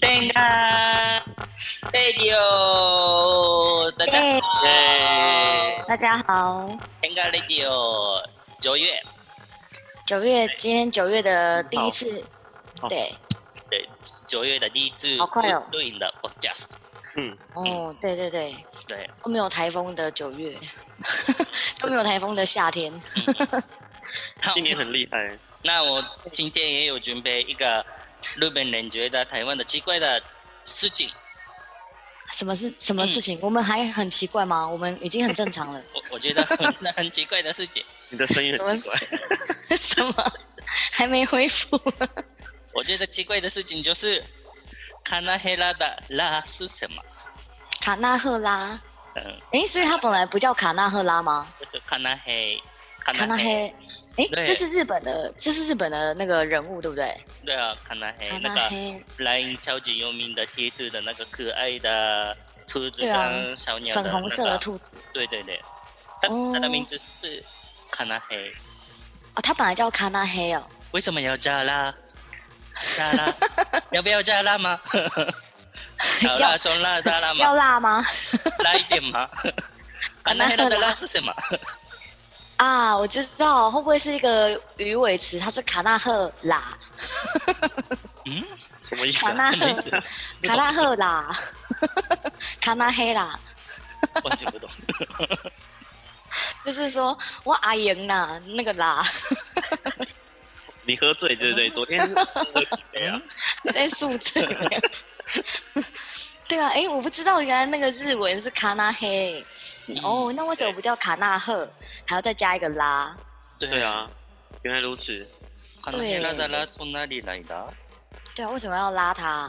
天干 radio，大家好，哎大家好，天干 radio，九月，九月今天九月的第一次好，对，对，九月的第一次好快哦录影的 podcast，嗯，哦，对对对，对，都没有台风的九月， 都没有台风的夏天，好今年很厉 害，那我今天也有准备一个日本人觉得台湾的奇怪的事情，什么事什么事嗯情？我们还很奇怪吗？我们已经很 ，正常了我我觉得很很奇怪的事情，你的声音很奇怪，什么还没恢复？我觉得奇怪的事情就是卡纳黑拉的拉是什么？卡纳赫拉，嗯，诶，所以它本来不叫卡纳赫拉吗？就是卡纳黑，卡卡纳黑，诶，对这是日本的，这是日本的那个人物对不对？对啊，卡纳黑卡那纳个。黑， LINE 超级有名的贴图的那个可爱的兔子对啊跟小鸟的、那粉个红色的，兔子对对对，它哦它的名字是卡纳黑，哦，它本来叫卡纳黑哦，为什么要加拉？加拉，要不要加拉吗？好要啦，中辣加拉吗？要辣吗？辣一点吗？卡纳黑的辣是什么？啊，我知道，会不会是一个鱼尾词？它是卡纳赫拉，什么意思卡啊？纳赫， 卡纳赫拉， 卡纳黑啦，完全不懂。就是说我阿莹呐，那个啦，你喝醉对不对？昨天喝几杯啊？ 在宿醉。 对啊，哎，我不知道，原来那个日文是卡纳黑。哦，那为什么不叫卡纳赫，还要再加一个拉？对，啊，原来 如此，卡纳黑拉的拉从哪里来的？对啊，为什么要拉他？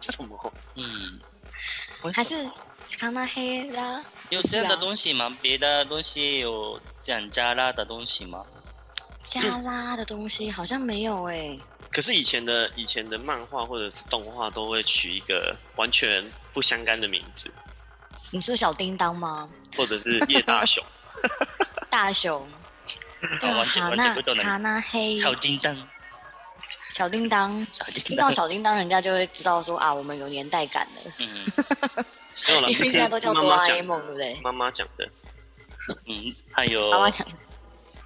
什么？嗯，还是卡纳黑拉？有这样的东西吗？别的东西有讲加拉的东西吗？嗯加拉的东西好像没有哎、可是以前的以前的漫画或者是动画都会取一个完全不相干的名字，你说小叮当吗？或者是叶大 雄，大熊，对啊完全卡完全纳不懂的卡纳黑小叮当，小叮 当，小叮听当到，小叮当，人家就会知道说啊，我们有年代感了。嗯没有了，因为现在都叫妈哆妈啦 A 讲，梦，对不对？妈妈讲的，嗯，还有妈妈讲，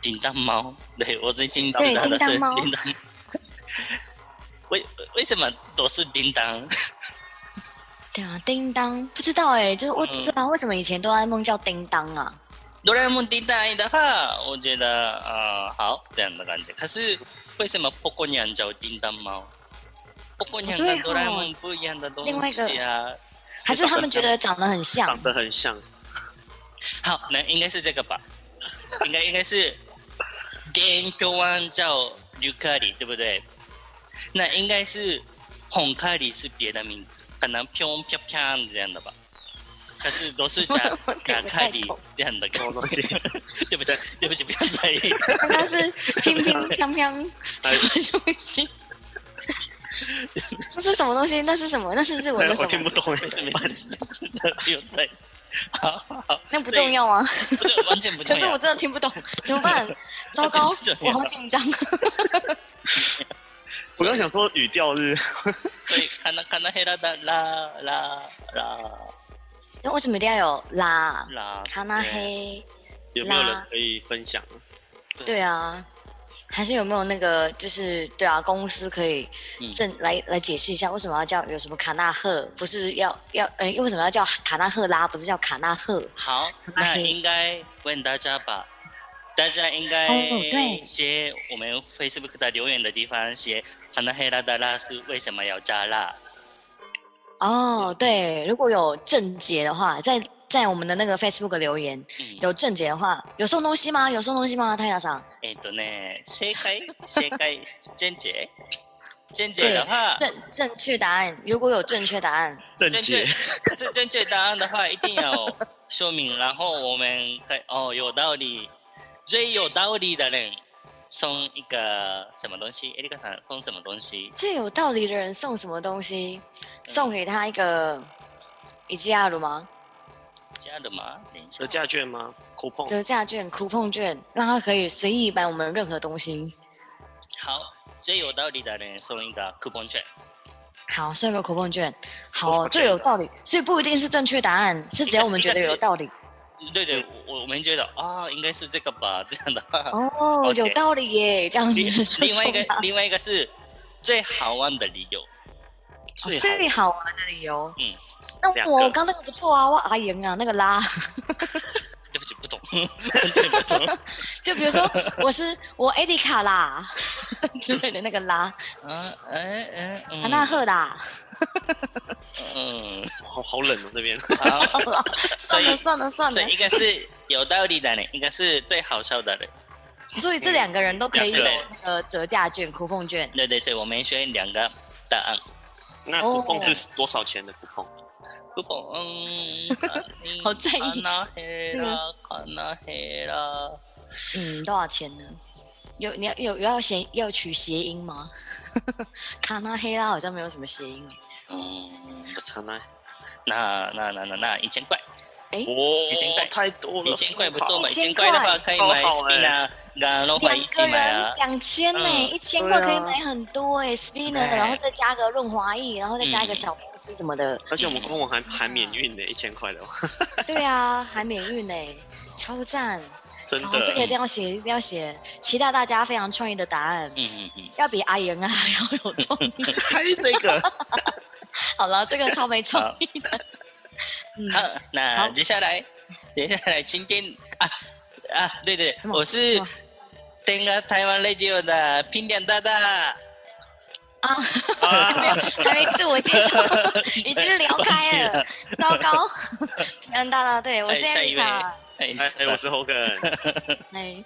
叮当猫，对我最近对知道的叮当猫是叮当。为为什么都是叮当？对啊，叮当，不知道哎、就是我嗯知道为什么以前哆啦 A 梦叫叮当啊？哆啦 A 梦叮当爱的话，我觉得呃好这样的感觉。可是为什么 p o ニャン叫叮当猫 p o ニャン跟对哦哆啦 A 梦不一样的东另外一西啊。还是他们觉得长得 很像长？得很像，好，那应该是这个吧？ 应该应该是電票湾叫绿咖喱，对不对？那应该是红咖喱是别的名字，可能飘飘飘这样的吧。可是都 是假我听假不咖太喱懂这样的感什么东觉西。 对不起，对不起，不要在意。刚刚是乒乒 乓乓哎什么东西？那是什么东西？ 那是什么？那是日文的 我什听么不？懂，没事没事没事，不用在意。好好好，那不重要啊。不重完全不可重是我要。真的听不 懂，怎么办？糟糕这不重，要我好紧张。我刚想说语调日，所以看那看那黑拉的啦啦啦 那为什么一定要有拉？啦，卡纳黑？有没有啦人可以分享？对啊，还是有没有那个就是对啊，公司可以嗯正、来来解释一下，为什么要叫有什么卡纳赫？不是要要呃，为什么要叫卡纳赫拉？不是叫卡纳赫？好，那那可以应该问大家吧，大家应哦该对写我们 Facebook 的留言的地方写“卡纳黑拉的拉是为什么要加辣哦，对，如果有正解的话，在在我们的那个 Facebook 留言”？嗯，有正解的话，有送东西吗？有送东西吗？太阳上えっとね、正解正解正解正解的话，正正确答案，如果有正确答案，正正确解，可是正确答案的话一定要说明，然后我们可以哦有道理，最有道理的人送一个什么东西？艾丽卡さん送什么东西？最有道理的人送什么东西？嗯送给他一个一季亚鲁吗？加的吗？等一下折。价券哦吗？酷碰折价券、酷碰券，让他可以随意买我们任何东西。好，最有道理的呢，送一个 coupon 券。好，设个口供卷。我好，发这现有了道理，所以不一定是正确答案，是只要我们觉得有道理。对对，我我们觉得啊、应该是这个吧，这样的。 哦， OK 有道理耶，这样子另就送另外一个他另外一个是最好玩的理由，最好最好玩的理由。嗯，两那个我刚那个不错啊，我阿莹啊，那个啦，对不起不懂，对不懂就比如说我是我艾迪卡啦 之类的那个啦，啊嗯嗯嗯，卡纳赫啦，嗯，好好冷哦这 边。好，算了算了算所了以。一个是有道理的呢，一个是最好笑的呢，所以这两个人都可以有两个那个折价券、酷碰券。对对，所以我们选两个答案。那哦 coupon 是多少钱的 coupon？ coupon，嗯，好在意卡纳黑啦，卡纳黑啦，嗯，多少钱呢？有你要有有要谐要取谐音吗？ 卡纳黑拉好像没有什么谐音。嗯，不是，看来那那那那那一千块，哦一千块太多了，一千块不错吧？一一千千块块的话可以买超好欸哎 spinner，然后换两一个起买啊人。两千呢，嗯一千对块啊可以买很多哎、s p i n n e r 哎然后再加个润滑液，然后再嗯加一个小螺丝什么的。而且我们官网还还免运呢，一千块的话，对啊，还免运呢、超赞！真然后这个一的。定要写，一定要写，期待大家非常创意的答案，嗯嗯嗯，要比阿莹啊 还要有创 意。还这个好了，这个超没创意的。嗯好，那好接下来，接下来今天啊啊，对对什，么我是什么天个台湾 radio 的平点大大，啊，啊，还没还没自我介 绍，已经聊开了，糟糕！嗯，大大，对我哎是下一 Erica，位哎哎哎哎，我是 Hogan，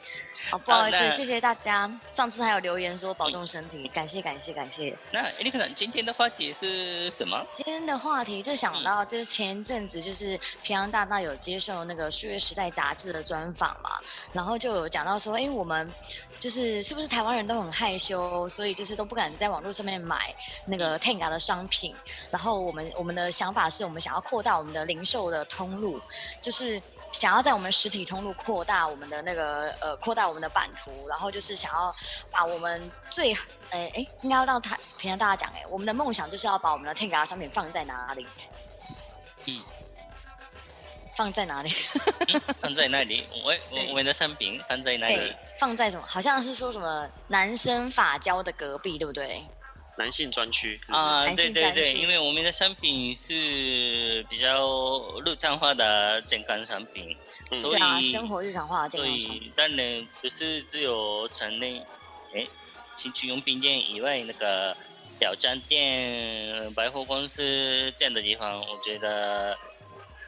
好哎不好意好思，那谢谢大家。上次还有留言说保重身体，感谢感谢感谢。那艾利克今天的话题是什 么？今天的话题就想到，就是前一阵子就是平阳大大有接受那个《数月时代》杂志的专访嘛，然后就有讲到说，哎、我们就是是不是台湾人都很害羞，所以就是都不敢在网络上面买那个 Tenga 的商品。然后我们我们的想法是我们想要扩大我们的零售的通路，就是想要在我们实体通路扩大我们的那个呃扩大我们的版图，然后就是想要把我们最哎哎应该要让他平常大家讲哎，我们的梦想就是要把我们的 Tenga 商品放在哪里？嗯，放在哪里？放在那里，我我对我们的商品放在那里对，，放在什么？好像是说什么男生发胶的隔壁，对不对？男性专区啊，啊，男对性对专对，区因为我们的商品是比较日常化的健康商品，嗯所对以、啊，生活日常化的健所康商品。以当然不是只有城内，哎，情趣用品店以外，那个小商店、百货公司这样的地方，我觉得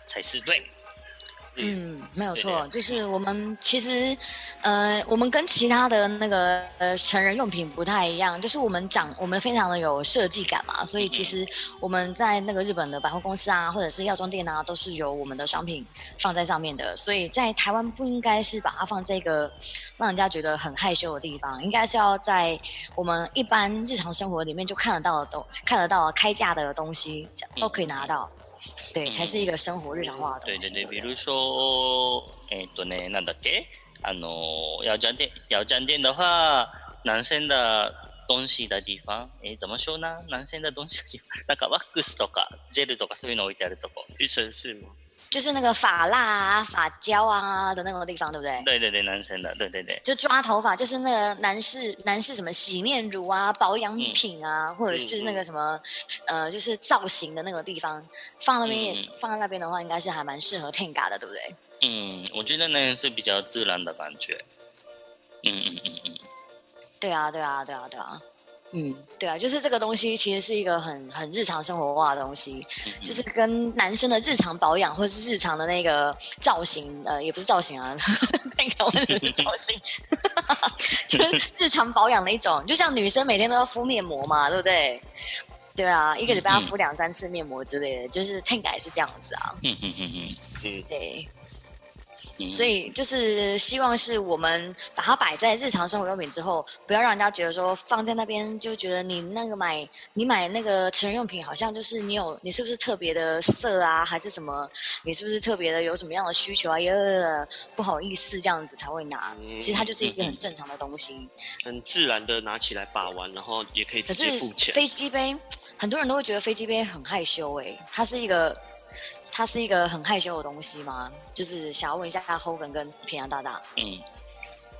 才是对。嗯，没有对错，就是我们其实，呃，我们跟其他的那个呃成人用品不太一样，就是我们长我们非常的有设计感嘛，所以其嗯实我们在那个日本的百货公司啊，或者是药妆店啊，都是有我们的商品放在上面的，所以在台湾不应该是把它放在一个让人家觉得很害羞的地方，应该是要在我们一般日常生活里面就看得到嗯的东，看得到开价的东西都可以拿到，对，才是一个生活日常化的东对西。嗯对对，比如说，えっとね、なんだっけ、あの药妆店，药妆店的话，男生的东西的地方，え、怎么说呢？男生的东西的地方，なん かワックスとかジェルとかそういうの置いてあるとこ。屈臣氏嘛，就是那个发蜡啊、发胶啊的那个地方，对不对？对对对，男生的，对对对。就抓头发，就是那个男士男士什么洗面乳啊、保养嗯品啊，或者是那个什么、呃，就是造型的那个地方，放那边也、嗯放在那边的话，应该是还蛮适合 Tenga 的，对不对？嗯，我觉得呢是比较自然的感觉。嗯嗯嗯嗯，对啊，对啊，对啊，对啊。嗯，对啊，就是这个东西其实是一个很很日常生活化的东西，嗯就是跟男生的日常保养或是日常的那个造型，呃，也不是造型啊， 那个我只是造型，就是日常保养的一种，就像女生每天都要敷面膜嘛，对不对？对啊，一个礼拜要敷两三次面膜之类的，就是 Tank 也是这样子啊，嗯嗯嗯嗯，嗯，对。嗯所以就是希望是我们把它摆在日常生活用品之后，不要让人家觉得说放在那边就觉得你那个买你买那个成人用品好像就是你有你是不是特别的色啊，还是什么？你是不是特别的有什么样的需求啊？也不好意思这样子才会拿。嗯其实它就是一个很正常的东西，很自然的拿起来把玩，然后也可以可直是接付钱。飞机杯，很多人都会觉得飞机杯很害羞诶、它是一个。它是一个很害羞的东西吗？就是想要问一下 Hogan 跟平安大大。嗯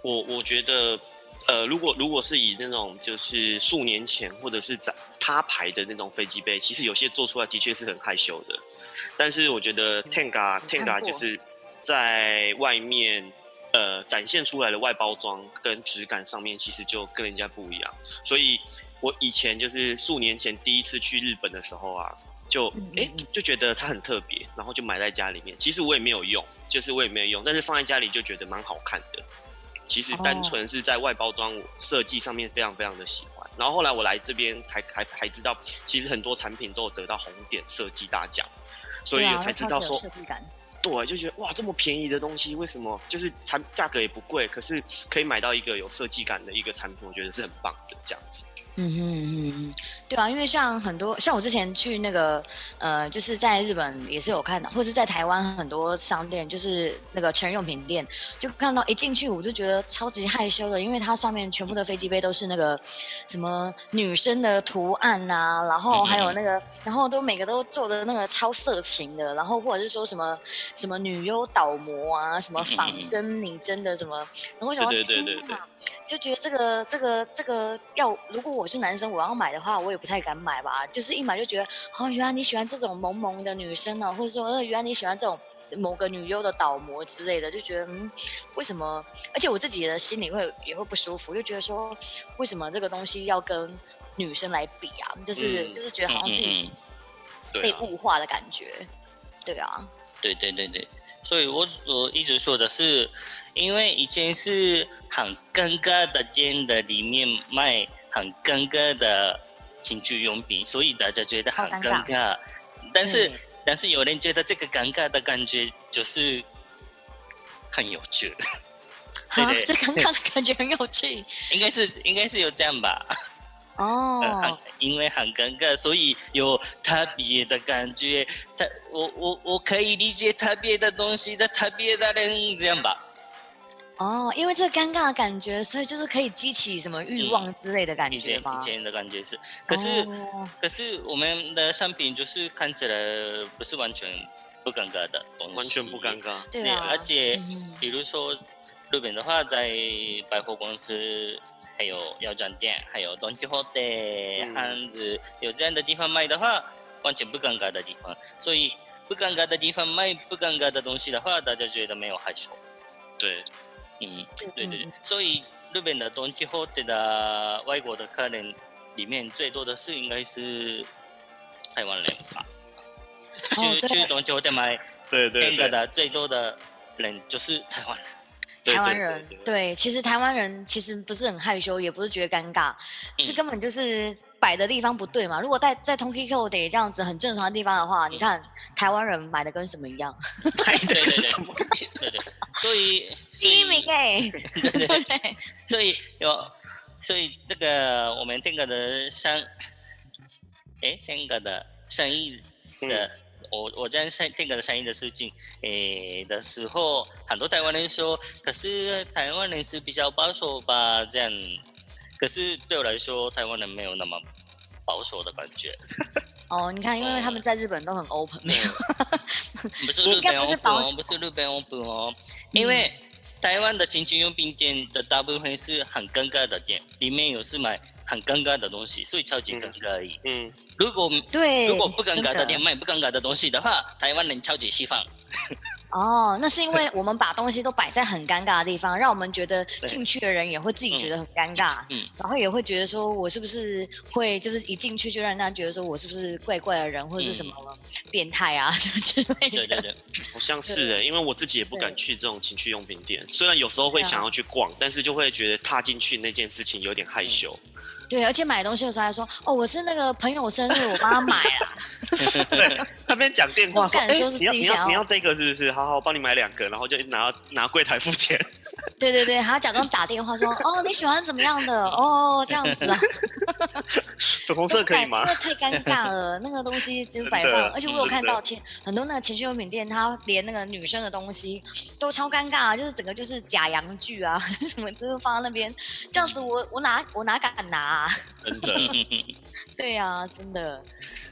我我觉得，呃，如果如果是以那种就是数年前或者是在他牌的那种飞机杯，其实有些做出来的确是很害羞的。但是我觉得 Tenga 嗯看过 Tenga 就是在外面呃展现出来的外包装跟质感上面，其实就跟人家不一样。所以我以前就是数年前第一次去日本的时候啊，就嗯诶嗯嗯就觉得它很特别，然后就埋在家里面。其实我也没有用，就是我也没有用，但是放在家里就觉得蛮好看的。其哦实单纯是在外包装设计上面非常非常的喜欢。然后后来我来这边才才才知道，其实很多产品都有得到红点设计大奖，所以对啊我它才知超道级有说设计感。对，就觉得哇，这么便宜的东西，为什么就是产价格也不贵，可是可以买到一个有设计感的一个产品，我觉得是很棒的这样子。嗯哼嗯哼嗯哼，对啊，因为像很多像我之前去那个呃，就是在日本也是有看到，或是在台湾很多商店，就是那个成人用品店，就看到一进去我就觉得超级害羞的，因为它上面全部的飞机杯都是那个什么女生的图案呐、然后还有那嗯个，然后都每个都做的那个超色情的，然后或者是说什么什么女优倒模啊，什么仿嗯真拟真的什么，然后我想说对对对对天哪就觉得这个这个这个要，如果我是男生，我要买的话，我也不太敢买吧。就是一买就觉得，哦，原来你喜欢这种萌萌的女生哦，或者说，呃，原来你喜欢这种某个女优的倒模之类的，就觉得，嗯，为什么？而且我自己的心里会也会不舒服，就觉得说，为什么这个东西要跟女生来比啊？就是、嗯就是觉得好像自己嗯嗯，对被啊，物化的感觉，对啊，对对对对，所以我我一直说的是，因为以前是很尴尬的店的里面卖很尴尬的情趣用品，所以大家觉得很好尴尴尬，但是。嗯但是有人觉得这个尴尬的感觉就是很有趣，对啊对，这尴尬的感觉很有 趣应该是应该是有这样吧？哦。啊呃很因为很尴尬，所以有特别的感觉。特我我我可以理解特别的东西的特别的人这样吧？哦，因为这个尴尬的感觉，所以就是可以激起什么嗯欲望之类的感以前觉吗以？前的感觉是，可是、哦可是我们的商品就是看起来不是完全不尴尬的东西，完全不尴。尬。对啊，而且嗯比如说日本的话，在百货公司。还有药妆店，还有 Don Quixote、嗯汉子，有这样的地方卖的话，完全不尴尬的地方。所以不尴尬的地方卖不尴尬的东西的话，大家觉得没有害羞。对，嗯，对对对嗯。所以日本的 Don Quixote 的外国的客人里面最多的是应该是台湾人吧？哦去去对， Don Quixote 买对 t 对哎 e 的最多的人就是台湾人。对台湾人对对对对，其实台湾人其实不是很害羞，也不是觉得尴尬，是嗯根本就是摆的地方不对嘛。如果在在 Tonki Ko 得这样子很正常的地方的话，嗯你看台湾人买的跟什么一样，对对对，对对，所以所第以一名哎，对对对，对 所以有，所以这个我们 Tenga 的生，哎，Tenga 的生意的，我我在生 Tenga 的生意的事情，诶的时候，很多台湾人说，可是台湾人是比较保守吧，这样，可是对我来说，台湾人没有那么保守的感觉，哦，你看，因为他们在日本都很 open，没有，不是日应该本不是 open 保哦守，不是日本 open 哦，因为嗯台湾的情趣用品店的大部分是很尴尬的店，里面有是买很尴尬的东西，所以超级尴尬而已。嗯，如果对，如果不尴尬的真店卖不尴尬的东西的话，台湾人超级西 方。哦，那是因为我们把东西都摆在很尴尬的地方，让我们觉得进去的人也会自己觉得很尴尬，嗯嗯然后也会觉得说我是不是会就是一进去就让人家觉得说我是不是怪怪的人或者是什么嗯变态啊、什么之类的。 对对对，好像是欸诶，因为我自己也不敢对去这种情趣用品店，虽然有时候会对啊嗯想要去逛，但是就会觉得踏进去那件事情有点害羞。对，而且买东西的时候还说，哦，我是那个朋友生日，我帮他买啊。 对，那边讲电话说，我哎、敢说是你要自己你想要要你要这个是不是？好好，我帮你买两个，然后就拿拿柜台付 钱。对对对，还假装打电话说，哦，你喜欢怎么样的？哦，这样子啊。粉红色可以吗因？为太尴尬 了，那个东西就是摆真放的，而且我有嗯看真的到前很多那个情趣用品店，它连那个女生的东西都超尴尬、就是整个就是假洋具啊， 什么就是放在那边，这样子我我哪我哪敢拿、啊？ 真的，对啊，真的，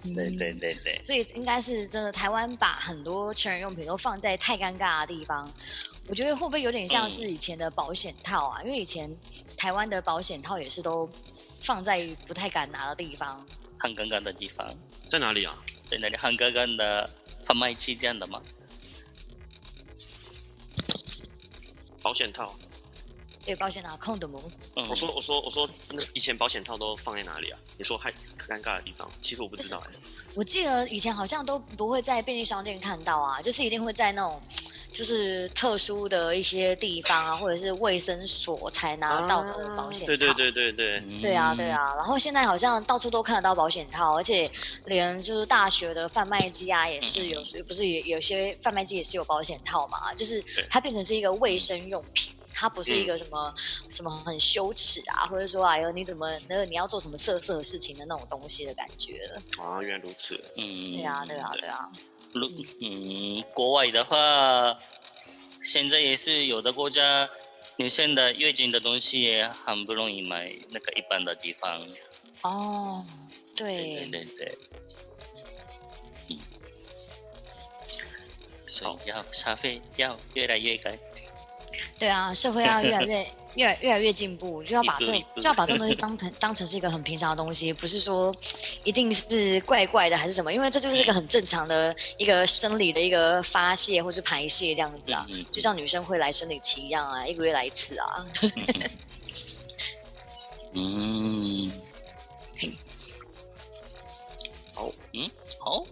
对嗯对对对，所以应该是真的，台湾把很多成人用品都放在太尴尬的地方。我觉得会不会有点像是以前的保险套啊？因为以前台湾的保险套也是都放在不太敢拿的地方。很尴尬的地方，在哪里啊？在那里很尴尬的贩卖机这样的吗？保险套。对，保险套控啊的蒙。嗯我，说我说我说，那以前保险套都放在哪里啊？你说害尴尬的地方，其实我不知道、哎我记得以前好像都不会在便利商店看到啊，就是一定会在那种就是特殊的一些地方啊，或者是卫生所才拿到的保险套。对对。对对对，对啊，对啊，然后现在好像到处都看得到保险套，而且连就是大学的贩卖机啊，也是嗯有，不是也有些贩卖机也是有保险套嘛，就是它变成是一个卫生用品，它不是一个什么、什么很羞耻啊，或者说哎呦你怎么那个你要做什么色色的事情的那种东西的感觉了。啊，原来如此。嗯，对啊，对啊，对啊。如嗯，国外的话，现在也是有的国家，女生的月经的东西也很不容易买那个一般的地方。哦，对对，对对对。嗯，所以要消费要越来越改，对啊，社会要越来 越越来越来越进步，就要把这一步一步就要把这 种东西当成当成是一个很平常的东西，不是说一定是怪怪的还是什么，因为这就是一个很正常的一个生理的一个发泄或是排泄这样子啊，嗯嗯就像女生会来生理期一样啊，一个月来一次啊。嗯，好，嗯，好，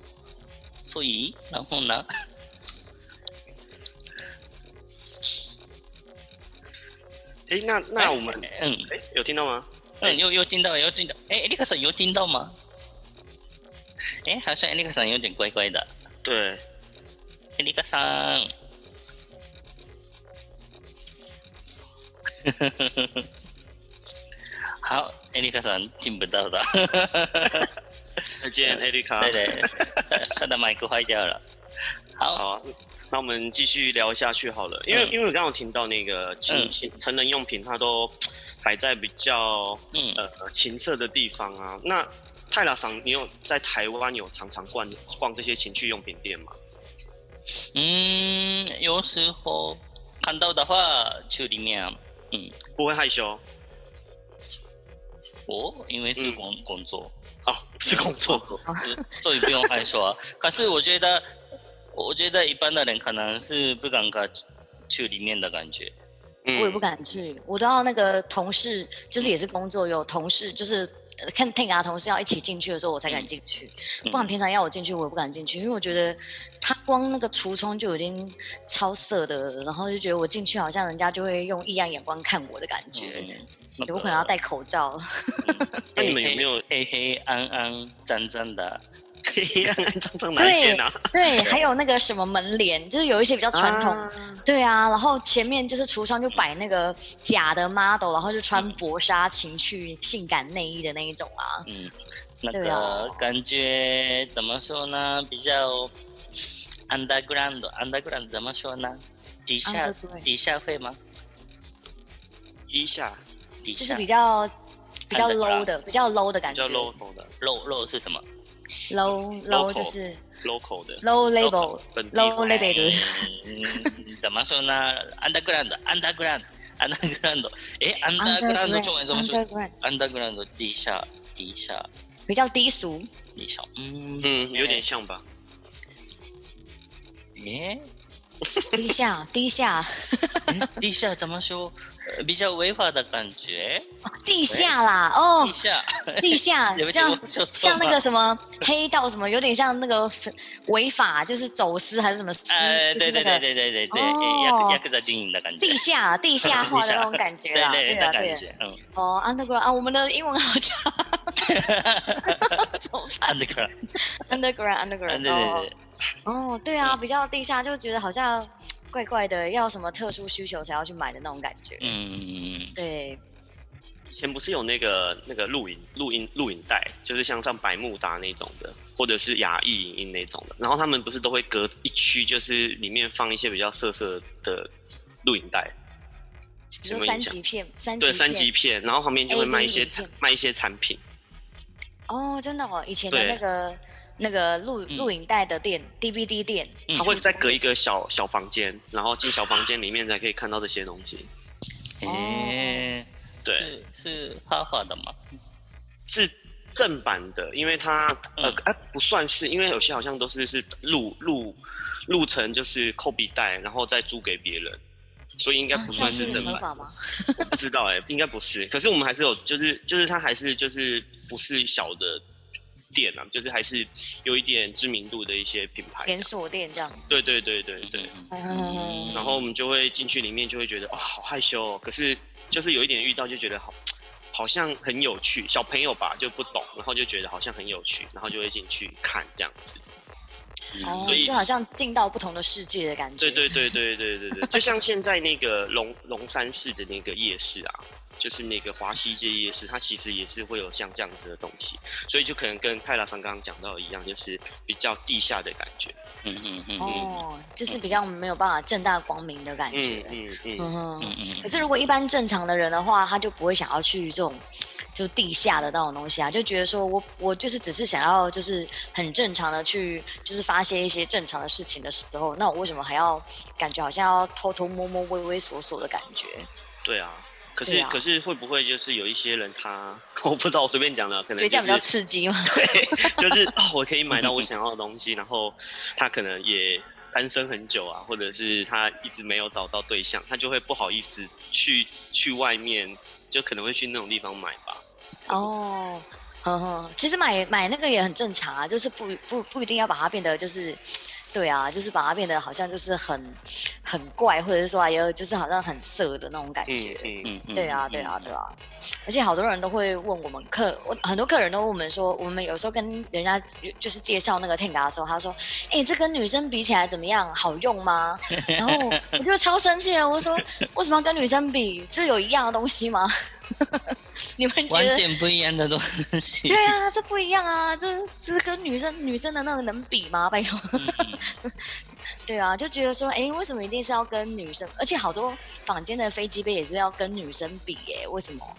所以然后呢？哎、那那我们嗯哎、有听到吗？嗯，又又听到了又听到，哎，艾丽克森有听到吗？哎，好像艾丽克森有点怪怪的，对，艾丽克 森。好，艾丽克森听不到的，哎再见，艾丽卡。 对对，他他的麦克坏掉了。好，好啊，那我们继续聊下去好了，因为、嗯因为我刚刚有听到那个情嗯情成人用品，它都摆在比较嗯，呃情色的地方啊。那泰拉桑，你有在台湾有常常逛逛这些情趣用品店吗？嗯，有时候看到的话去里面，嗯，不会害羞哦我因为是嗯工工作，哦，是工作，哦所以不用害羞啊。可是我觉得，我觉得一般的人可能是不敢敢去里面的感觉。嗯我也不敢去，我都要那个同事，就是也是工作有同事，就是呃看 t i n 同事要一起进去的时候，我才敢进去，嗯不然平常要我进去，我也不敢进去，因为我觉得他光那个橱窗就已经超色的了，然后就觉得我进去好像人家就会用异样眼光看我的感觉，嗯那我个可能要戴口罩。那你们有没有黑黑暗暗脏脏的？黑黑暗暗脏脏哪一间 啊？对，还有那个什么门帘，就是有一些比较传统。啊对啊，然后前面就是橱窗就摆那个假的 model，然后就穿薄纱情趣性感内衣的那一种啊。嗯，那对啊个感觉怎么说呢？比较 underground，underground 怎么说呢？底下 Underground 底下会吗？一下底就是下比较比较 Underground low 的，比较 low 的比感觉。较 local 的 low low 是什么？ low low 就是 local 的 low label 本地 low 化 label，嗯，怎么说呢？underground，underground，underground，诶 u n d e r g r o u n d 中文怎么说 underground ？underground 地下地下比较低俗，地下，嗯嗯，有点像吧？诶。低下低下，地下怎么说？比较违法的感觉。地下啦，哦地，下，地下对不起，像我说错像了那个什么黑道什么，有点像那个违法，就是走私还是什么私，呃，对就对是那对个对对对对，哦亚克亚克在经营的感觉，地下地下化的那种感 觉对啦，对对啊的对感啊。觉，嗯，哦，underground 啊，我们的英文 好差， 怎么办安德克拉，对嗯对？underground，underground，对对，哦哦，对啊，嗯比较地下，就觉得好像怪怪的，要什么特殊需求才要去买的那种感觉。嗯，对，以前不是有那个那个录影录音录影带，就是像像百慕达那种的，或者是雅艺影音那种的，然后他们不是都会隔一区，就是里面放一些比较色色的录影带，比如有没说有三印象级片，三级对，三级片，哎片，然后旁边就会 AV 卖一些影片卖一些产品，哦，真的哦，以前的对那个那个录嗯录影带的店，DVD 店，嗯它会再隔一个小小房间，然后进小房间里面才可以看到这些东西。诶，对，是是画画的吗？是正版的，因为它呃嗯哎、不算是，因为有些好像都是是录录录成就是扣笔带，然后再租给别人，所以应该啊不那算是是正合版。法吗？我不知道哎、应该不是。可是我们还是有，就是就是它还是就是不是小的店啊，就是还是有一点知名度的一些品牌。连锁店这样。对对对对对。嗯然后我们就会进去里面，就会觉得哇、好害羞、哦。可是就是有一点遇到，就觉得好，好像很有趣。小朋友吧，就不懂，然后就觉得好像很有趣，然后就会进去看这样子。哦嗯所，以就好像进到不同的世界的感觉。对对对对对对对，就像现在那个龙龙山市的那个夜市啊，就是那个华西街夜市，它其实也是会有像这样子的东西，所以就可能跟泰拉桑刚刚讲到的一样，就是比较地下的感觉。嗯嗯嗯嗯哦，就是比较没有办法正大光明的感嗯觉。嗯嗯，嗯哼。嗯嗯可是如果一般正常的人的话，他就不会想要去这种就地下的那种东西啊，就觉得说我我就是只是想要就是很正常的去就是发泄一些正常的事情的时候，那我为什么还要感觉好像要偷偷摸摸、畏畏缩缩的感觉？对啊。可是、对啊可是会不会就是有一些人他 我不知道我随便讲的，可觉能、得就是、这样比较刺激 吗？ 就是哦，我可以买到我想要的东西，然后他可能也单身很久啊，或者是他一直没有找到对象，他就会不好意思去去外面，就可能会去那种地方买吧。哦，呵呵，其实买买那个也很正常啊，就是不不不一定要把它变得就是，对啊，就是把它变得好像就是很很怪，或者是说也有就是好像很色的那种感嗯觉。嗯，嗯嗯，对啊，对啊，对啊，而且好多人都会问我们客，我很多客人都问我们说，我们有时候跟人家就是介绍那个 Tenga 的时候，他说：“哎、这跟女生比起来怎么样？好用吗？” 然后我就超生气了，我说：“为什么要跟女生比？这有一样的东西吗？ 你们觉完得全不一样的东西。对啊，这不一样啊，这这跟女生女生的那个能比吗？拜托。嗯嗯对啊，就觉得说，哎，为什么一定是要跟女生？而且好多坊间的飞机杯也是要跟女生比、耶，为什么？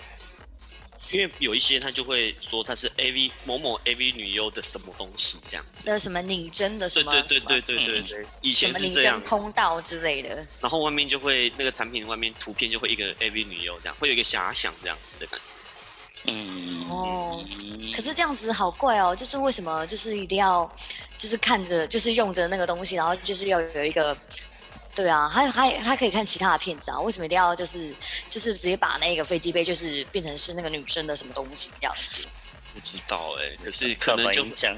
因为有一些他就会说他是 A V 某某 A V 女优的什么东西这样子。那呃什么拟真的什对么对对对什么对对嗯对，以什前么是拟这样嗯真，通道之类的。然后外面就会那个产品外面图片就会一个 A V 女优这样，会有一个遐想这样子的感觉。嗯哦嗯可是这样子好怪哦，就是为什么就是一定要就是看着就是用着那个东西，然后就是要有一个。对啊，还还还可以看其他的片子啊，为什么一定要就是就是直接把那个飞机杯就是变成是那个女生的什么东西这样子？不知道哎、可是可刻能板就印象，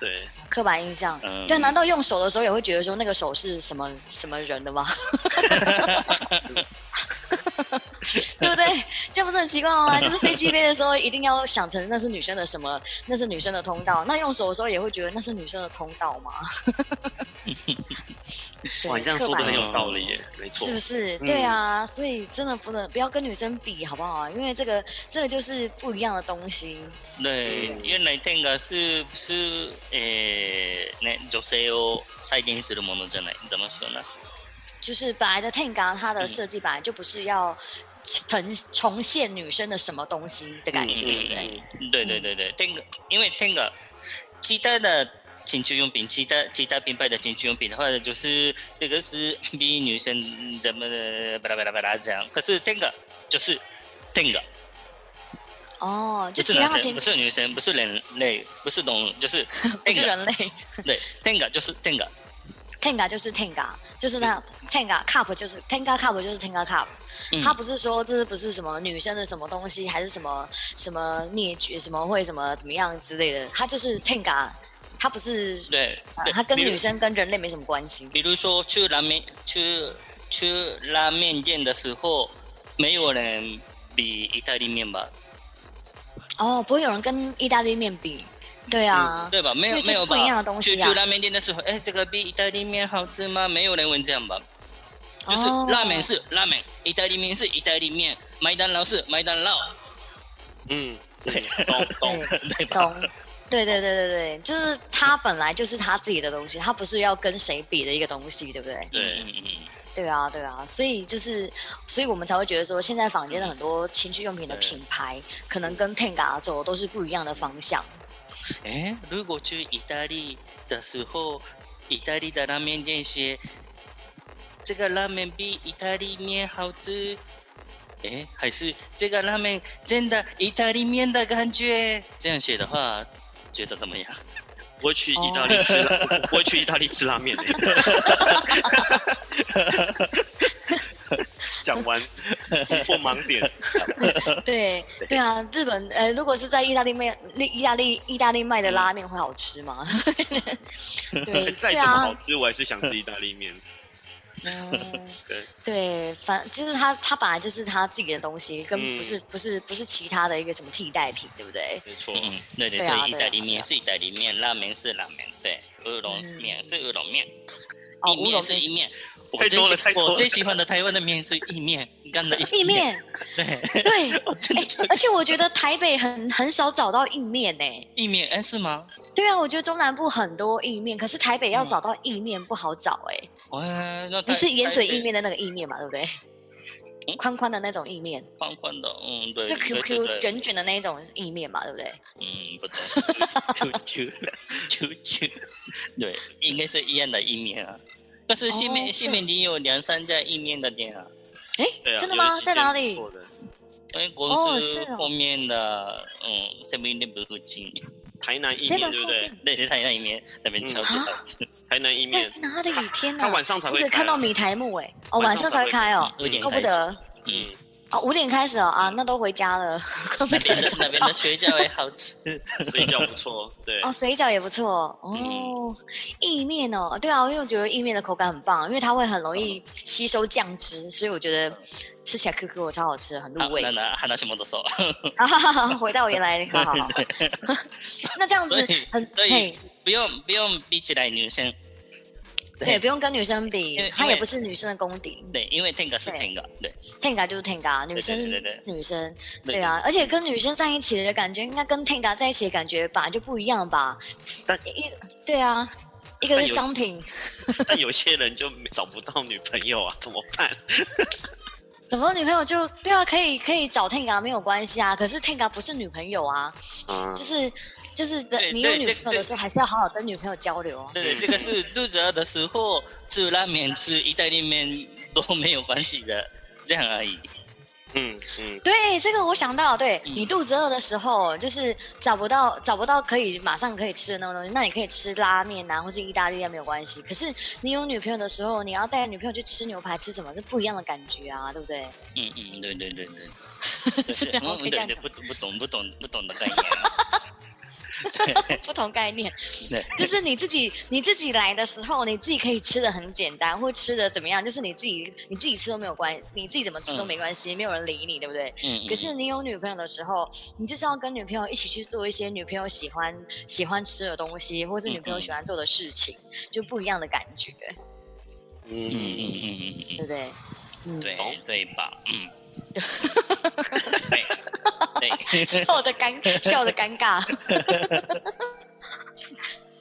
对，刻板印象。嗯对，难道用手的时候也会觉得说那个手是什么什么人的吗？ 对不对？这样不是很奇怪吗？就是飞机杯的时候一定要想成那是女生的什么，那是女生的通道。那用手的时候也会觉得那是女生的通道吗？ 对哇，你这样刻说的板很印有象道理耶，没错是。不是？嗯对啊，所以真的不能不要跟女生比，好不好？因为这个这个就是不一样的东西。对嗯，原来天が是是诶、ね女性を再現するものじゃない。怎么说呢？就是本来的 Tenga 它嗯的设计本来就不是要呈重现女生的什么东西的感觉，对不对？嗯对对对对，天が因为天が其他的情趣用品，其他其他品牌的情趣用品的话，就是这个是比女生怎么的巴拉巴拉巴拉这样。可是天が就是天が，哦，就不其是他的男生，情不是女生，不是人类，不是动物，就是 不是 天が。人类，对，天が就是天が。 Tenga 就是 Tenga，就是那 Tenga Cup 就是 Tenga Cup 就是 Tenga Cup，、嗯它不是说这是不是什么女生的什么东西，还是什么什么灭绝什么会什么怎么样之类的，它就是 Tenga，它不是，对呃对，它跟比如女生跟人类没什么关系。比如说去拉面去去拉面店的时候，没有人比意大利面吧？哦，不会有人跟意大利面比，对啊，对吧？没有因为这没有吧？不一样的东西啊去去拉面店的时候，哎，这个比意大利面好吃吗？没有人问这样吧？就是哦拉面是拉面，意大利面是意大利面，麦当劳是麦当劳， 嗯，对，懂懂。对对吧？懂。 对对对对对，就是它本来就是它自己的东西，它不是要跟谁比的一个东西，对不对？对，嗯嗯嗯对啊，对啊，所以就是，所以我们才会觉得说，现在坊间的很多情趣用品的对品牌，可能跟 Tenga 走都是不一样的方向。哎，如果去意大利的时候，意大利的拉面店写这个拉面比意大利面好吃，哎，还是这个拉面真的意大利面的感觉，这样写的话，觉得怎么样？不会去意大利吃拉，我不会去意大利吃 拉面的。讲完突破 盲点，对对啊，日本呃，如果是在意大利卖意大利意大利卖的拉面会好吃吗？ 对 再对怎么啊好，吃，我还是想吃意大利面。嗯，对，对，反就是它它本来就是它自己的东西，跟嗯不是、不是不是其他的一个什么替代品，对不对？没错。嗯，对对，对所啊以意大利对啊对面啊是意大利面，拉面是拉面，对，乌龙面是乌龙面，哦，意乌面龙 是意面。我太最多了喜太多了我最喜欢的台湾的面是意面，干的 意。面，对，对，我真的哎超而且我觉得台北很很少找到意面呢、意面，哎，是吗？对啊，我觉得中南部很多意面，可是台北要嗯找到意面不好找哎、哇，哦那你台是盐水台北意面的那个意面嘛，对不对嗯？ 宽宽的那种意面，宽宽的，嗯，对，对就对 QQ 对卷卷的那种意面嘛，对不对？嗯， 不懂，Q Q Q Q，对，应该是一样的意面啊。但是西哦面西对面里有两三家意面的店啊，对哎，啊真的吗？在哪？有里一集真？哎，的不错的哦公是司哦后面的，嗯，seven eleven 附近， 台南意 7-Eleven 面对不附对近？对对，他那一面那边嗯超级好吃，台南意在面，哪里？天他哪！晚上才我会只开啊。看到米台木哎，哦，晚上才会开哦，有点怪不开始，得嗯，嗯，哦，五点开始哦啊，那都回家了，怪不那边得的那边的水饺也好 吃，睡觉不错。对，哦，水饺也不错嗯哦，意面哦，对啊，因为我觉得意面的口感很棒，啊因为它会很容嗯易吸收酱汁，所以我觉得吃起来 Q Q 的超好吃，很好入味那。那話戻そう。啊，哈哈哈 回到原来，好好好。 那这样子所以很所以嘿， 不用不用比起来女生，对，不用跟女生因比，为她因也为不是女生的功底对，因为 Tenga 是对 Tenga，对， ，Tenga 就是 Tenga，女对生对对是对女生，对啊，而且跟女生在一起的感觉，应该跟 Tenga 在一起的感觉本来就不一样吧？但一对啊，一个但是有商品，但有些人就没找不到女朋友啊，怎么办？怎么女朋友就对啊，可以可以找 Tenga 没有关系啊，可是 Tenga 不是女朋友啊，啊 就，是就是对你有对女对朋友的对时候，还是要好好跟女朋友交流啊。对，嗯这个是肚子饿的时候吃拉面、吃意大利面都没有关系的，这样而已。嗯嗯，对，这个我想到，对、嗯你肚子饿的时候，就是找不到找不到可以马上可以吃的那种东西，那你可以吃拉面啊，或是意大利面没有关系。可是你有女朋友的时候，你要带女朋友去吃牛排，吃什么是不一样的感觉啊，对不对？嗯嗯，对对对对，是这样，我嗯可对以这样对，讲不，懂不懂不懂不懂的概念。 不同概念。对，就是你自己你自己来的时候，你自己可以吃的很简单，或吃的怎么样，就是你自己你自己吃都没有关，你自己怎么吃都嗯没关系，没有人理你，对不对？嗯，嗯可是你有女朋友的时候，你就是要跟女朋友一起去做一些女朋友喜欢喜欢吃的东西，或是女朋友喜欢做的事情，就不一样的感觉，嗯嗯嗯嗯，嗯嗯对不对？嗯，嗯，对懂对吧？嗯，对对，笑的尴 笑的尴尬。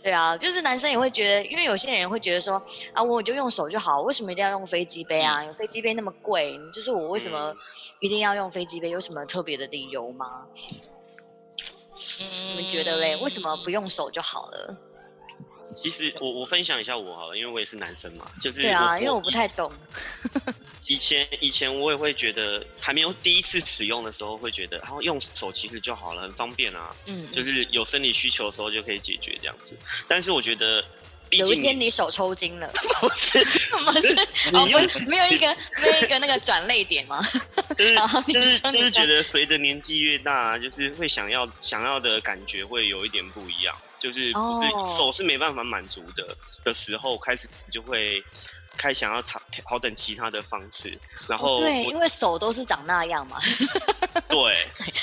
对啊，就是男生也会觉得，因为有些人会觉得说啊，我就用手就好，为什么一定要用飞机杯啊？飞机杯那么贵，就是我为什么嗯一定要用飞机杯？有什么特别的理由吗？你你们觉得嗯嘞？为什么不用手就好了？其实我我分享一下我好了，因为我也是男生嘛，就是对啊，因为我不太懂。以前以前我也会觉得还没有第一次使用的时候会觉得，然后用手其实就好了，很方便啊，嗯，就是有生理需求的时候就可以解决这样子。但是我觉得毕有一竟天你你手抽筋 了，不是？不是？你哦，又不是没有一个没有一个那个转泪点吗？ 就是好 你就是说你就是说觉得随着年纪越大、啊就是会想要想要的感觉会有一点不一样，就是不是、哦手是没办法满足的的时候，开始就会开始想要尝好等其他的方式，然后哦对，哦我 因为手都是长那样嘛。对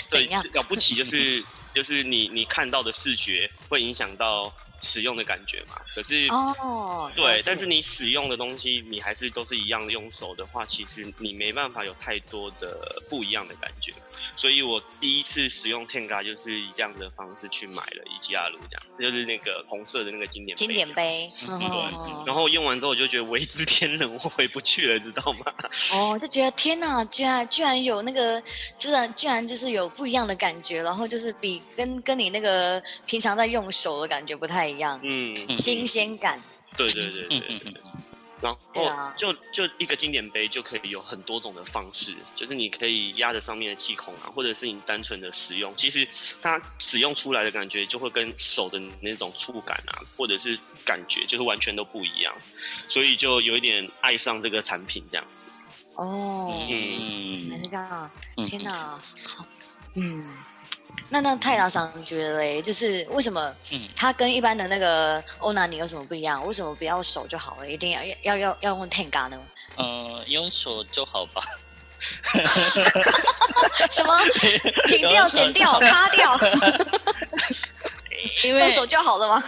对怎样了不起就是就是你你看到的视觉会影响到使用的感觉嘛，可是。哦，了对解，但是你使用的东西，你还是都是一样的用手的话，其实你没办法有太多的不一样的感觉。所以我第一次使用 Tenga 就是以这样的方式去买了一吉亚鲁，这样就是那个红色的那个经典杯经典。杯，嗯哦然后用完之后，我就觉得为之天人，我回不去了，知道吗？哦，就觉得天哪，居然居然有那个，居然居然就是有不一样的感觉，然后就是比跟跟你那个平常在用手的感觉不太一样，嗯，新鲜感。对对对对嗯对嗯对嗯。嗯，然对后啊就就一个经典杯就可以有很多种的方式，就是你可以压着上面的气孔啊，或者是你单纯的使用，其实它使用出来的感觉就会跟手的那种触感啊，或者是感觉就是完全都不一样，所以就有一点爱上这个产品这样子。哦，原来嗯是这样啊，嗯天哪，好，嗯。那那太郎桑你觉得嘞，就是为什么嗯它跟一般的那个欧娜尼有什么不一样？为什么不要手就好了，一定要要要要用 Tenga 呢？呃，用手就好吧。什么？剪掉剪掉，擦掉，因用为手就好了吗？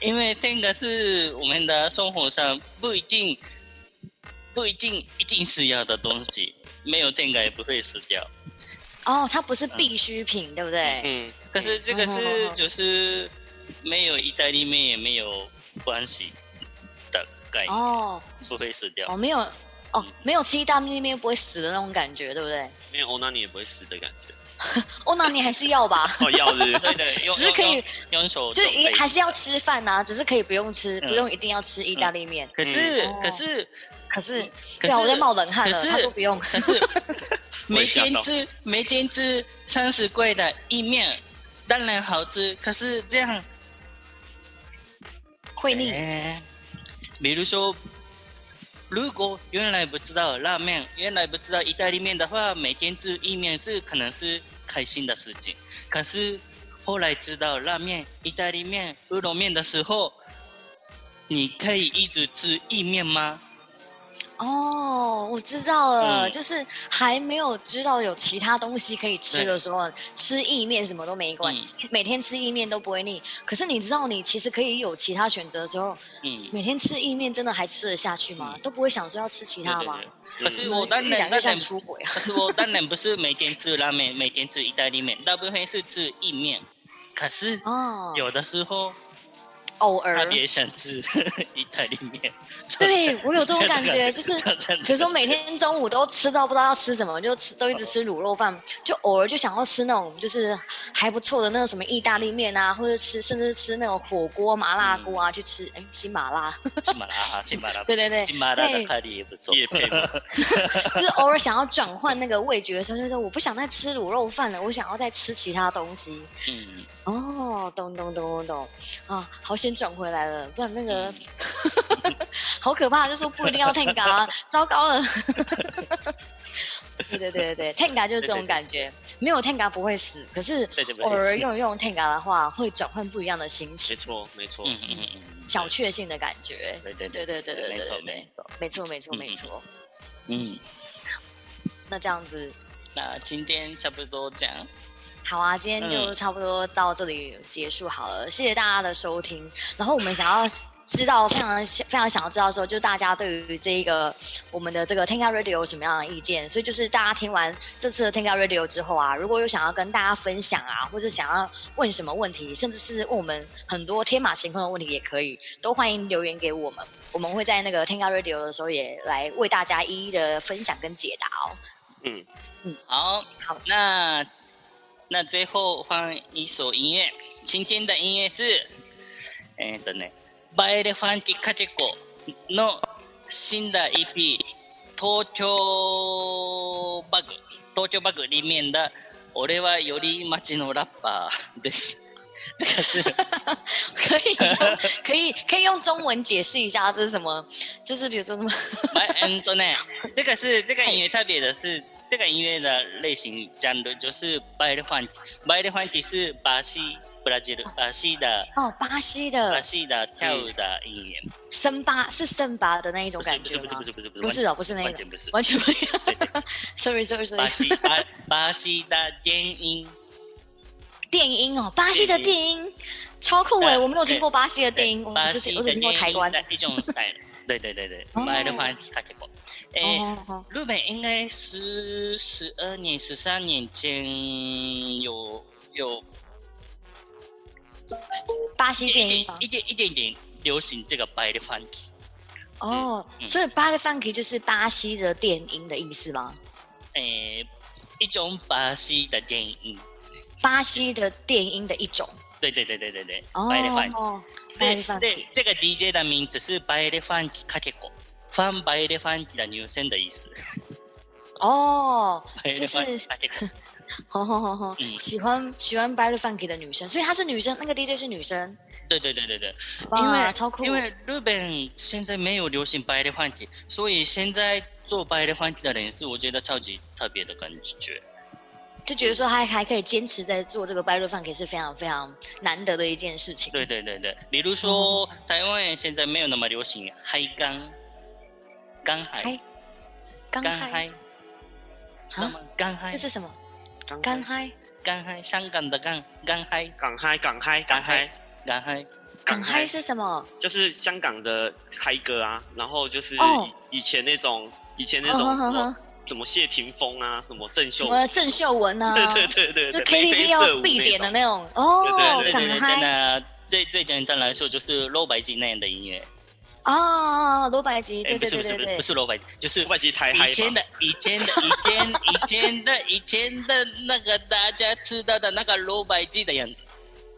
因为 Tenga 是我们的生活上不一定不一定一定是要的东西，没有 Tenga 也不会死掉。哦，它不是必需品，对不哎对？嗯，可是这个嗯嗯嗯是嗯就是没有意大利面也没有关系的概念，哦，不会死掉哦，。没有，哦，没有吃意大利面不会死的那种感觉，对不对？没有欧娜你也不会死的感觉。欧娜尼还是要 吧，哦，要 是对的，用只是可以用用手就就是一可以。还是要吃饭呐、只是可以不用吃，嗯不用一定要吃意大利面。可是嗯可是可是，可对啊，我在是冒冷汗了。可是他说不用，可是 每天我也吃每天吃三十块的意面，当然好吃，可是这样会腻。哎比如说，如果原来不知道拉面，原来不知道意大利面的话，每天吃意面是可能是开心的事情。可是后来知道拉面、意大利面、乌龙面的时候，你可以一直吃意面吗？哦，我知道了，嗯就是还没有知道有其他东西可以吃的时候，吃意面什么都没关系，每天吃意面都不会腻。可是你知道，你其实可以有其他选择的时候，嗯，每天吃意面真的还吃得下去吗？都不会想说要吃其对他对吗嗯对？。可是嗯我当越然想当越然像，出 轨啊！可是我当然不是每天吃拉面，每天吃意大利面，大部分是吃意面。可是哦，有的时候偶尔特别想吃 意大利面。对我有这种 感觉，就是比比如说每天中午都吃到不知道要吃什么，就吃都一直吃卤肉饭，就偶尔就想要吃那种就是还不错的那种什么意大利面啊， 或者吃甚至吃那种火锅、麻辣嗯锅啊，去吃哎喜马拉，喜马拉雅，喜马拉雅，对对对喜马拉雅的咖喱也不错。嗯也配吗？ 就是偶尔想要转换那个味觉的时候，就是我不想再吃卤肉饭了，我想要再吃其他东西。嗯，哦，懂懂懂懂懂啊，好险转回来了，不然那个、嗯 好可怕，就说不一定要 Tenga，啊糟糕了。 对对对对对，Tenga 就是这种感觉，没有 Tenga 不会死，可是对对对偶尔用一用 Tenga 的话，会转换不一样的心没情，错，没错。嗯嗯嗯嗯，小确幸的感觉。对对对对，对对对没对错对没对，错。没错没错没错。嗯，那这样子，那今天差不多这样。好啊，今天就嗯差不多到这里结束好了，谢谢大家的收听。然后我们想要知道，非常非常想要知道说，就大家对于这一个我们的这个 Tenga Radio 有什么样的意见？所以就是大家听完这次的 Tenga Radio 之后啊，如果有想要跟大家分享啊，或者想要问什么问题，甚至是问我们很多天马行空的问题也可以，都欢迎留言给我们。我们会在那个 Tenga Radio 的时候也来为大家一一的分享跟解答哦。嗯，好，好那那最后放一首音乐，今天的音乐是，えーっとね、バイレファンティカテコの新的 EP《東京バグ》東京バグ里面的「俺はより町のラッパー」です。这个是可以用 可以可以用中文解释一下这是什么？就是比如说什么？蛮嗯，对呢，这个是这个音乐特别的是这个音乐的类型 genre 就是 baile funk baile funk 是巴西布拉吉巴西的哦，巴西巴的西的跳舞的音乐，森巴是森巴的那一种不是感不觉是不是吗不？是不是不是哦，不是那完个，全不是完全不一样 对对。 sorry sorry 巴 sorry，西巴巴西的电音，电音哦，巴西的电电音超酷哎！对我没有听过巴西的对电音，我巴只西是的我只电听音过台湾的的。一种 style，对对对对哦，baile funk 卡切波，哎。哦哦，日本应该是十二年、十三年前有有巴西一电点音点吗、一点一点点流行这个 b 的 l funk，哦，嗯所以巴西 funky 就是巴西的电音的意思吗？诶、一种巴西的电影，巴西的电音的一种。对对对对对对 b 哦 i l funk。巴西对 funky 对，这个 DJ 的名字是 b 的 l funk 卡切果，ファン b 的 l funk 的女生的意思。 哦， b 就 l 是 funk 卡切果，好好好好，嗯喜欢喜欢巴西 funky 的女生，所以她是女生，那个 DJ 是女生，对对对对 对。因哇，为超酷！因为日本现在没有流行白的换体，所以现在做白的换体的人是我觉得超级特别的感觉。就觉得说她还可以坚持在做这个 battle funk 是非常非常难得的一件事情。对对对对，比如哦说、台湾现在没有那么流行海港，港海嗨，刚港嗨啊海，知道吗？港海这啊是什么？港干嗨嗨港海，香港的港港海港嗨港嗨港嗨港海，港嗨是什么？就是香港的嗨歌啊，然后就是哦以以前那种以前那嗯种哼什哼么哼什么谢霆锋啊，什么郑什秀么郑秀文啊？对对对对就对， KTV 要必点的那那种哦对对对，港对对对，嗨那最最简单来说就是罗百吉那样的音乐，哦，罗百吉，哎不对对是不对是对不是对不，是罗百吉，就是种，外籍台嗨以前吧，的、以前的、以前、以前 的、以前的那个大家知道的那个罗百吉的样子。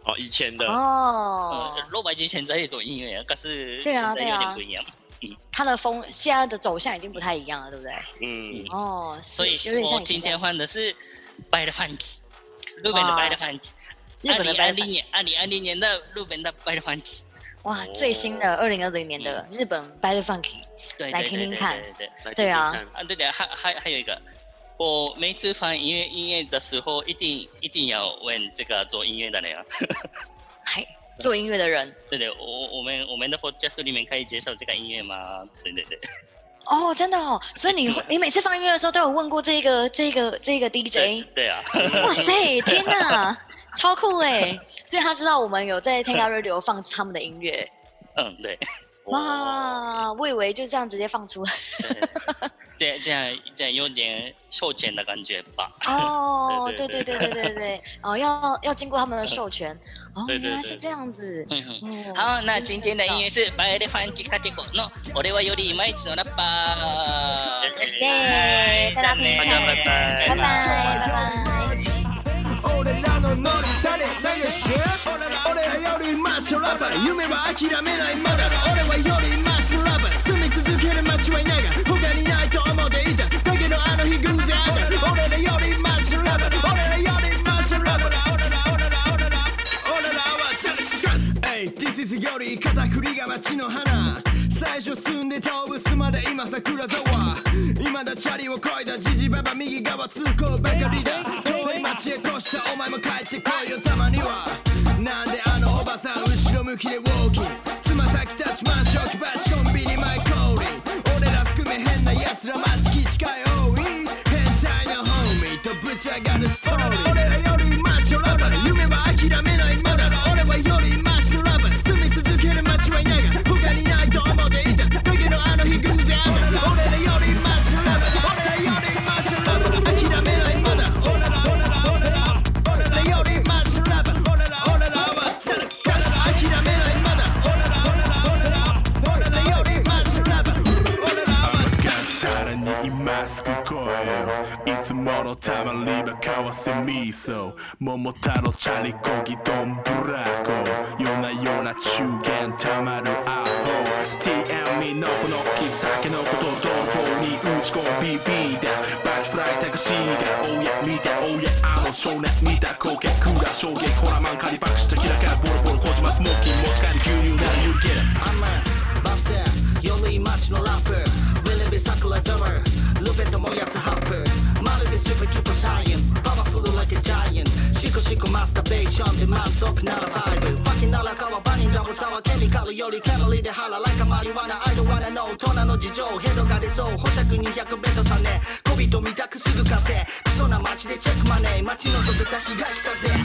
哦，以前的哦呃，，罗百吉现在一种音乐，可是对现啊在有点不一样。他的风现在的走向已经不太一样了，对不对？嗯嗯，哦，是所以有点我像以今前这天样换的是 Bad Funk，日本的哇 Bad Funk，日本的二零 Bad 二零年、二零二零年的日本的 Bad Funk。哇哦，最新的二零二零年的日本 Battle Funky，对来对听对听对看对对。来听对啊听看啊，对的，还还还有一个，我每次放音乐音乐的时候，一定一定要问这个做音乐的人啊。还做音乐的人对对，我我我们我们的 podcast 里面可以介绍这个音乐吗？对对对。哦，真的哦，所以你你每次放音乐的时候都有问过这个这个这个 DJ，对啊， 哇塞，天哪，超酷哎！所以他知道我们有在 t a k a Radio 放他们的音乐，嗯， 对， 哦哇，我以为就这样直接放出来这这样这样有点受钱的感觉吧？ 哦，对对对对对对对对，哦，要要经过他们的授权，哦，对对对原来是这样子。嗯哼。哦好，那今天的音乐是 By e l e p h a n t i c a t e g o の俺はよりいまいちのラッパー。耶，大家听听大看，家拜拜拜拜，拜拜。俺らのノリ誰だよし俺らよりマッシュラバー夢は諦めないまだ俺はよりマッシュラバー住み続ける街はいないが他にないと思っていただけどあの日偶然会った俺らよりマッシュラバー俺らよりマッシュラバー俺ら俺ら俺ら俺ら俺らは誰かす Hey, this is より片栗が街の花最初住んでたオブスまで今桜沢今だチャリをこいだジジババ右側通行ばかりだ遠い街へ越したお前も帰ってこいよたまにはなんであのおばさん後ろ向きでウォーキングつま先立ちマンション置き橋コンビニ前降臨俺ら含め変な奴ら街基地かよ多い変態のホーミーとぶち上がるストーリー俺らよりマッシュラバー夢は諦めないまだ俺はよりマッシュラバー住み続ける街はいないが他にないと思っていただけどあの日偶然会った俺らよりマッシュラバー俺らよりマッシュラバー諦めないまだ俺ら俺ら俺ら俺らよりマッシュラバー俺ら俺らは誰か諦めないまだ俺ら俺ら俺ら俺らよりマッシュラバー俺らは誰に今すぐ声をいつものたまり場交わせみそ桃太郎チャリコギドンブラコ夜な夜な中元たまるアホ TM のこの傷だけのことを泥棒に打ち込みビーダーバックフライタクシーがおや見ておやあの少年見た光景クーラー衝撃ホラーマンカリバクシとキラキラシコシコマスターベーションで満足ならバイブファキなら川バニラもザはケミカルよりキャロリーで腹ライカマリワナ I don't wanna know 大人の事情ヘドが出そう保釈200ベッドさね小人みたくすぐ稼いクソな街でチェックマネー街のどこか東風